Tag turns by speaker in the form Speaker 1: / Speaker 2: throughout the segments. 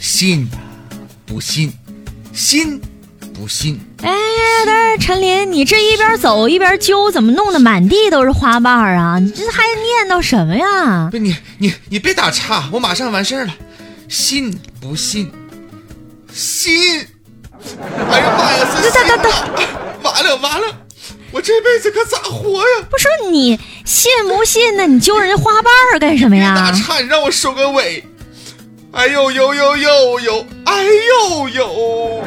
Speaker 1: 信，不信，信不信？
Speaker 2: 哎，但是陈林，你这一边走一边揪，怎么弄得满地都是花瓣儿啊？你这还念叨什么呀？
Speaker 1: 不，你你你别打岔，我马上完事儿了。信不信？信！哎呀妈呀，
Speaker 2: 等
Speaker 1: 这
Speaker 2: 等等等
Speaker 1: 信啊完了完了，我这辈子可咋活呀？
Speaker 2: 不是你信不信呢？你揪人家花瓣儿干什么
Speaker 1: 别打
Speaker 2: 呀？
Speaker 1: 岔，你让我收个尾。哎呦呦呦呦呦，哎呦呦，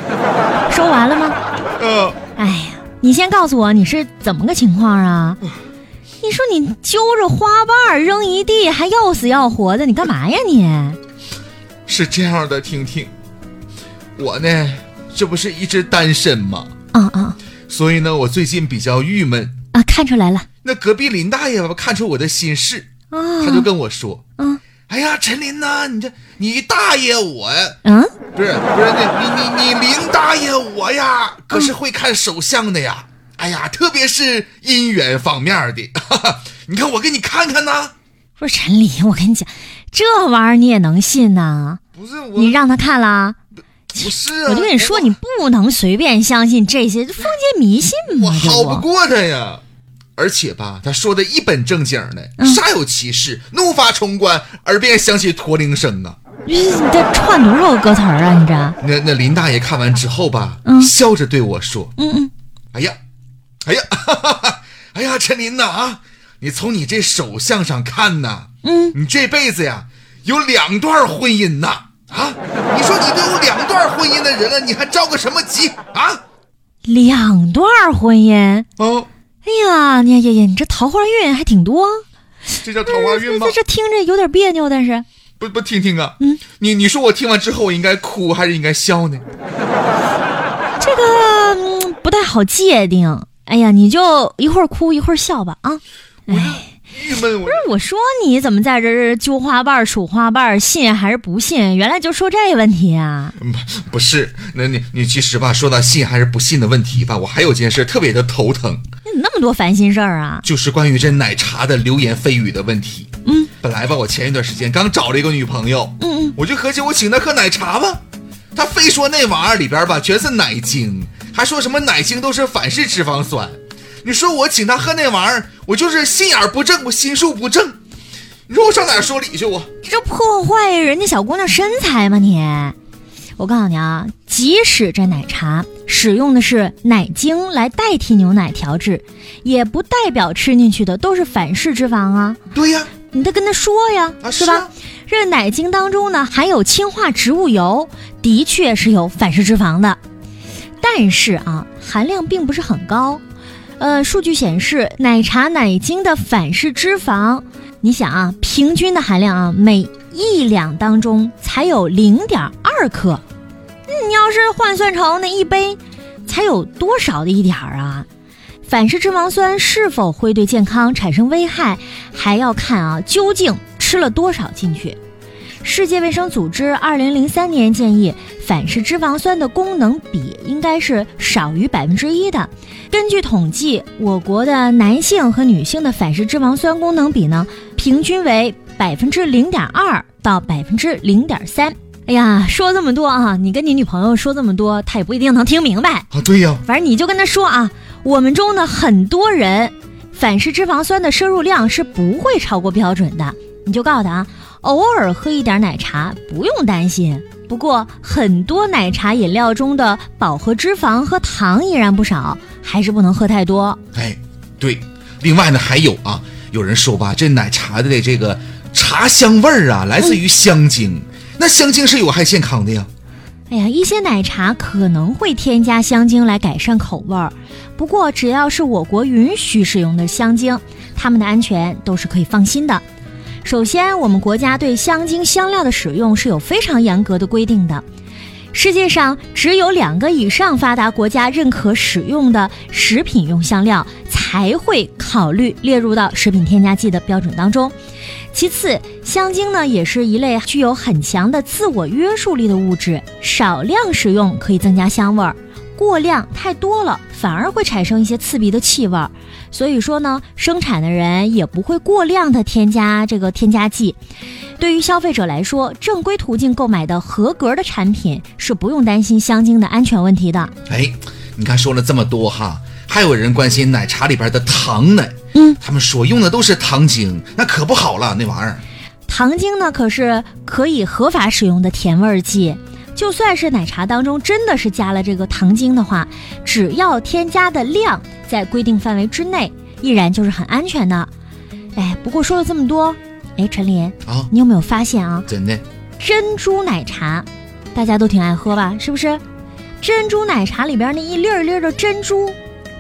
Speaker 2: 收完了吗？
Speaker 1: 呃，
Speaker 2: 哎呀，你先告诉我你是怎么个情况啊？你说你揪着花瓣儿扔一地，还要死要活的，你干嘛呀你？
Speaker 1: 是这样的，婷婷，我呢，这不是一直单身吗？
Speaker 2: 啊啊
Speaker 1: 所以呢，我最近比较郁闷。
Speaker 2: 啊！看出来了
Speaker 1: 那隔壁林大爷吧，看出我的心事，
Speaker 2: 啊！
Speaker 1: 他就跟我说：“
Speaker 2: 嗯
Speaker 1: 哎呀，陈林呐、你这你大爷我呀，
Speaker 2: 嗯，
Speaker 1: 不是不是，你你你你林大爷我
Speaker 2: 嗯
Speaker 1: 呀，可是会看手相的呀。哎呀，特别是姻缘方面的， 哈哈，你看我给你看看呐。
Speaker 2: 不是陈琳，我跟你讲，这玩意儿你也能信呐、
Speaker 1: 不是我，
Speaker 2: 你让他看了，啊
Speaker 1: 不是、啊，
Speaker 2: 我就跟你说，你不能随便相信这些，这封建迷信
Speaker 1: 我
Speaker 2: 嘛，这
Speaker 1: 好不
Speaker 2: 不？
Speaker 1: 过他呀。而且吧，他说的一本正经的，
Speaker 2: 嗯
Speaker 1: 煞有其事，怒发冲冠，耳边响起驼铃声啊。
Speaker 2: 你这串多少歌词儿啊？你这，
Speaker 1: 那那林大爷看完之后吧，
Speaker 2: 嗯
Speaker 1: 笑着对我说：“
Speaker 2: 嗯嗯，
Speaker 1: 哎呀，哎呀， 哈哈哈，哎呀，陈琳呐啊，你从你这手相上看呐，
Speaker 2: 嗯，
Speaker 1: 你这辈子呀有两段婚姻呐啊，你说你都有两段婚姻的人了，你还着个什么急啊？
Speaker 2: 两段儿婚姻。
Speaker 1: 哦，
Speaker 2: 哎呀，你呀呀呀，你这桃花运还挺多，
Speaker 1: 这叫桃花运吗
Speaker 2: 这？这听着有点别扭，但是
Speaker 1: 不不，听听啊，
Speaker 2: 嗯，
Speaker 1: 你你说我听完之后，我应该哭还是应该笑呢？
Speaker 2: 这个、嗯、不太好界定。哎呀，你就一会儿哭一会儿笑吧啊！
Speaker 1: 郁闷我
Speaker 2: 不。是我说你怎么在这儿揪花瓣儿数花瓣儿，信还是不信？原来就说这问题啊！
Speaker 1: 嗯不不是，那你你其实吧，说到信还是不信的问题吧，我还有件事特别的头疼。
Speaker 2: 你怎么那么多烦心事儿啊？
Speaker 1: 就是关于这奶茶的流言蜚语的问题。
Speaker 2: 嗯，
Speaker 1: 本来吧，我前一段时间刚找了一个女朋友，
Speaker 2: 嗯嗯，
Speaker 1: 我就合计我请她喝奶茶吧，她非说那玩意儿里边吧全是奶精，还说什么奶精都是反式脂肪酸。你说我请她喝那玩意儿，我就是心眼儿不正，我心术不正。你说我上哪儿说理去？我
Speaker 2: 你这破坏人家小姑娘身材吗你？我告诉你啊，即使这奶茶使用的是奶精来代替牛奶调制，也不代表吃进去的都是反式脂肪啊。
Speaker 1: 对呀，
Speaker 2: 你得跟他说呀，
Speaker 1: 啊是
Speaker 2: 是吧？
Speaker 1: 啊
Speaker 2: 这奶精当中呢含有氢化植物油，的确是有反式脂肪的，但是啊含量并不是很高。呃，数据显示，奶茶奶精的反式脂肪，你想啊，平均的含量啊，每一两当中才有零点二克。嗯那你要是换算成那一杯，才有多少的一点儿啊？反式脂肪酸是否会对健康产生危害，还要看啊究竟吃了多少进去。世界卫生组织二零零三年建议，反式脂肪酸的功能比应该是少于百分之一的。根据统计，我国的男性和女性的反式脂肪酸功能比呢，平均为百分之零点二到百分之零点三。哎呀，说这么多啊，你跟你女朋友说这么多，她也不一定能听明白。
Speaker 1: 啊对呀，
Speaker 2: 嗯反正你就跟他说啊，我们中呢很多人反式脂肪酸的摄入量是不会超过标准的，你就告诉他啊，偶尔喝一点奶茶不用担心。不过很多奶茶饮料中的饱和脂肪和糖依然不少，还是不能喝太多。
Speaker 1: 哎对，另外呢还有啊，有人说吧，这奶茶的这个茶香味儿啊，来自于香精，那香精是有害健康的呀。
Speaker 2: 哎呀，一些奶茶可能会添加香精来改善口味儿，不过只要是我国允许使用的香精，它们的安全都是可以放心的。首先，我们国家对香精香料的使用是有非常严格的规定的。世界上只有两个以上发达国家认可使用的食品用香料才会考虑列入到食品添加剂的标准当中。其次，香精呢也是一类具有很强的自我约束力的物质，少量使用可以增加香味儿，过量太多了，反而会产生一些刺鼻的气味儿。所以说呢，生产的人也不会过量的添加这个添加剂。对于消费者来说，正规途径购买的合格的产品是不用担心香精的安全问题的。
Speaker 1: 哎，你看说了这么多哈，还有人关心奶茶里边的糖奶，
Speaker 2: 嗯，
Speaker 1: 他们说用的都是糖精，那可不好了，那玩意儿。
Speaker 2: 糖精呢，可是可以合法使用的甜味儿剂。就算是奶茶当中真的是加了这个糖精的话，只要添加的量在规定范围之内，依然就是很安全的。哎，不过说了这么多，哎，陈琳，
Speaker 1: 啊，
Speaker 2: 你有没有发现啊？
Speaker 1: 真的，
Speaker 2: 珍珠奶茶，大家都挺爱喝吧？是不是？珍珠奶茶里边那一粒儿一粒儿的珍珠，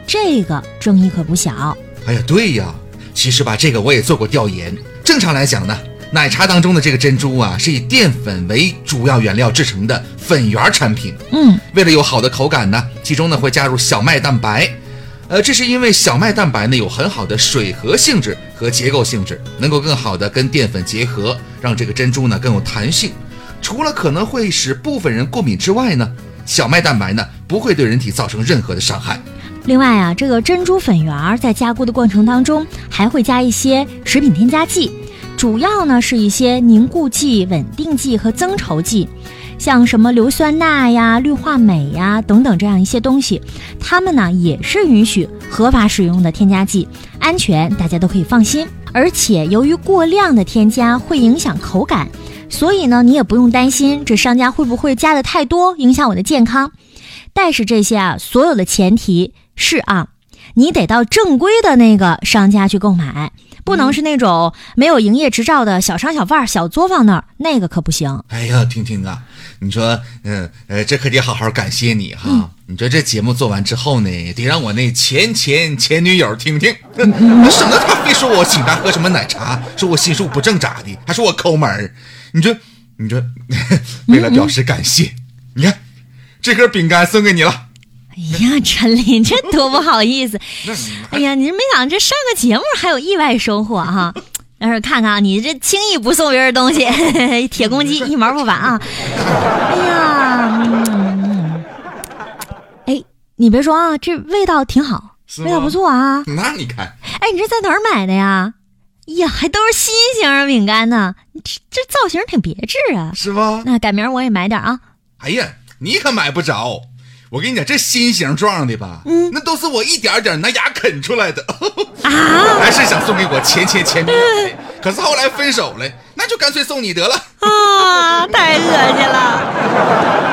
Speaker 2: 这个争议可不小。
Speaker 1: 哎呀，对呀，其实吧，这个我也做过调研。正常来讲呢，奶茶当中的这个珍珠啊，是以淀粉为主要原料制成的粉圆产品。
Speaker 2: 嗯，
Speaker 1: 为了有好的口感呢，其中呢会加入小麦蛋白，呃，这是因为小麦蛋白呢有很好的水合性质和结构性质，能够更好的跟淀粉结合，让这个珍珠呢更有弹性。除了可能会使部分人过敏之外呢，小麦蛋白呢不会对人体造成任何的伤害。
Speaker 2: 另外啊，这个珍珠粉圆儿在加工的过程当中，还会加一些食品添加剂，主要呢是一些凝固剂、稳定剂和增稠剂，像什么硫酸钠呀、氯化镁呀等等这样一些东西，它们呢也是允许合法使用的添加剂，安全，大家都可以放心。而且由于过量的添加会影响口感，所以呢你也不用担心这商家会不会加的太多影响我的健康。但是这些啊，所有的前提是啊，你得到正规的那个商家去购买，不能是那种没有营业执照的小商小贩儿、小作坊那儿，那个可不行。
Speaker 1: 哎呀，婷婷啊，你说，嗯呃，这可得好好感谢你哈。你说这节目做完之后呢，得让我那前前前女友听听，省得她非说我请她喝什么奶茶，说我心术不正咋的，还说我抠门儿。你说，你说， 为了表示感谢，你看这盒饼干送给你了。
Speaker 2: 哎呀，陈琳，这多不好意思！
Speaker 1: 那你
Speaker 2: 哎呀，你没想这上个节目还有意外收获哈、但是看看啊，你这轻易不送别人东西， 铁公鸡一毛不拔啊！哎呀，嗯哎，你别说啊，这味道挺好，
Speaker 1: 是吗
Speaker 2: 味道不错啊。
Speaker 1: 那你看，
Speaker 2: 哎，你这在哪儿买的呀？哎呀，还都是新型儿饼干呢，你这这造型挺别致啊。
Speaker 1: 是吧？
Speaker 2: 那改明儿我也买点儿啊。
Speaker 1: 哎呀，你可买不着。我跟你讲，这心形状的吧，
Speaker 2: 嗯
Speaker 1: 那都是我一点儿点儿拿牙啃出来的。
Speaker 2: 啊
Speaker 1: 我还是想送给我前前前女友的，可是
Speaker 2: 哦
Speaker 1: 后来分手了，那就干脆送你得了。
Speaker 2: 啊，太恶心了。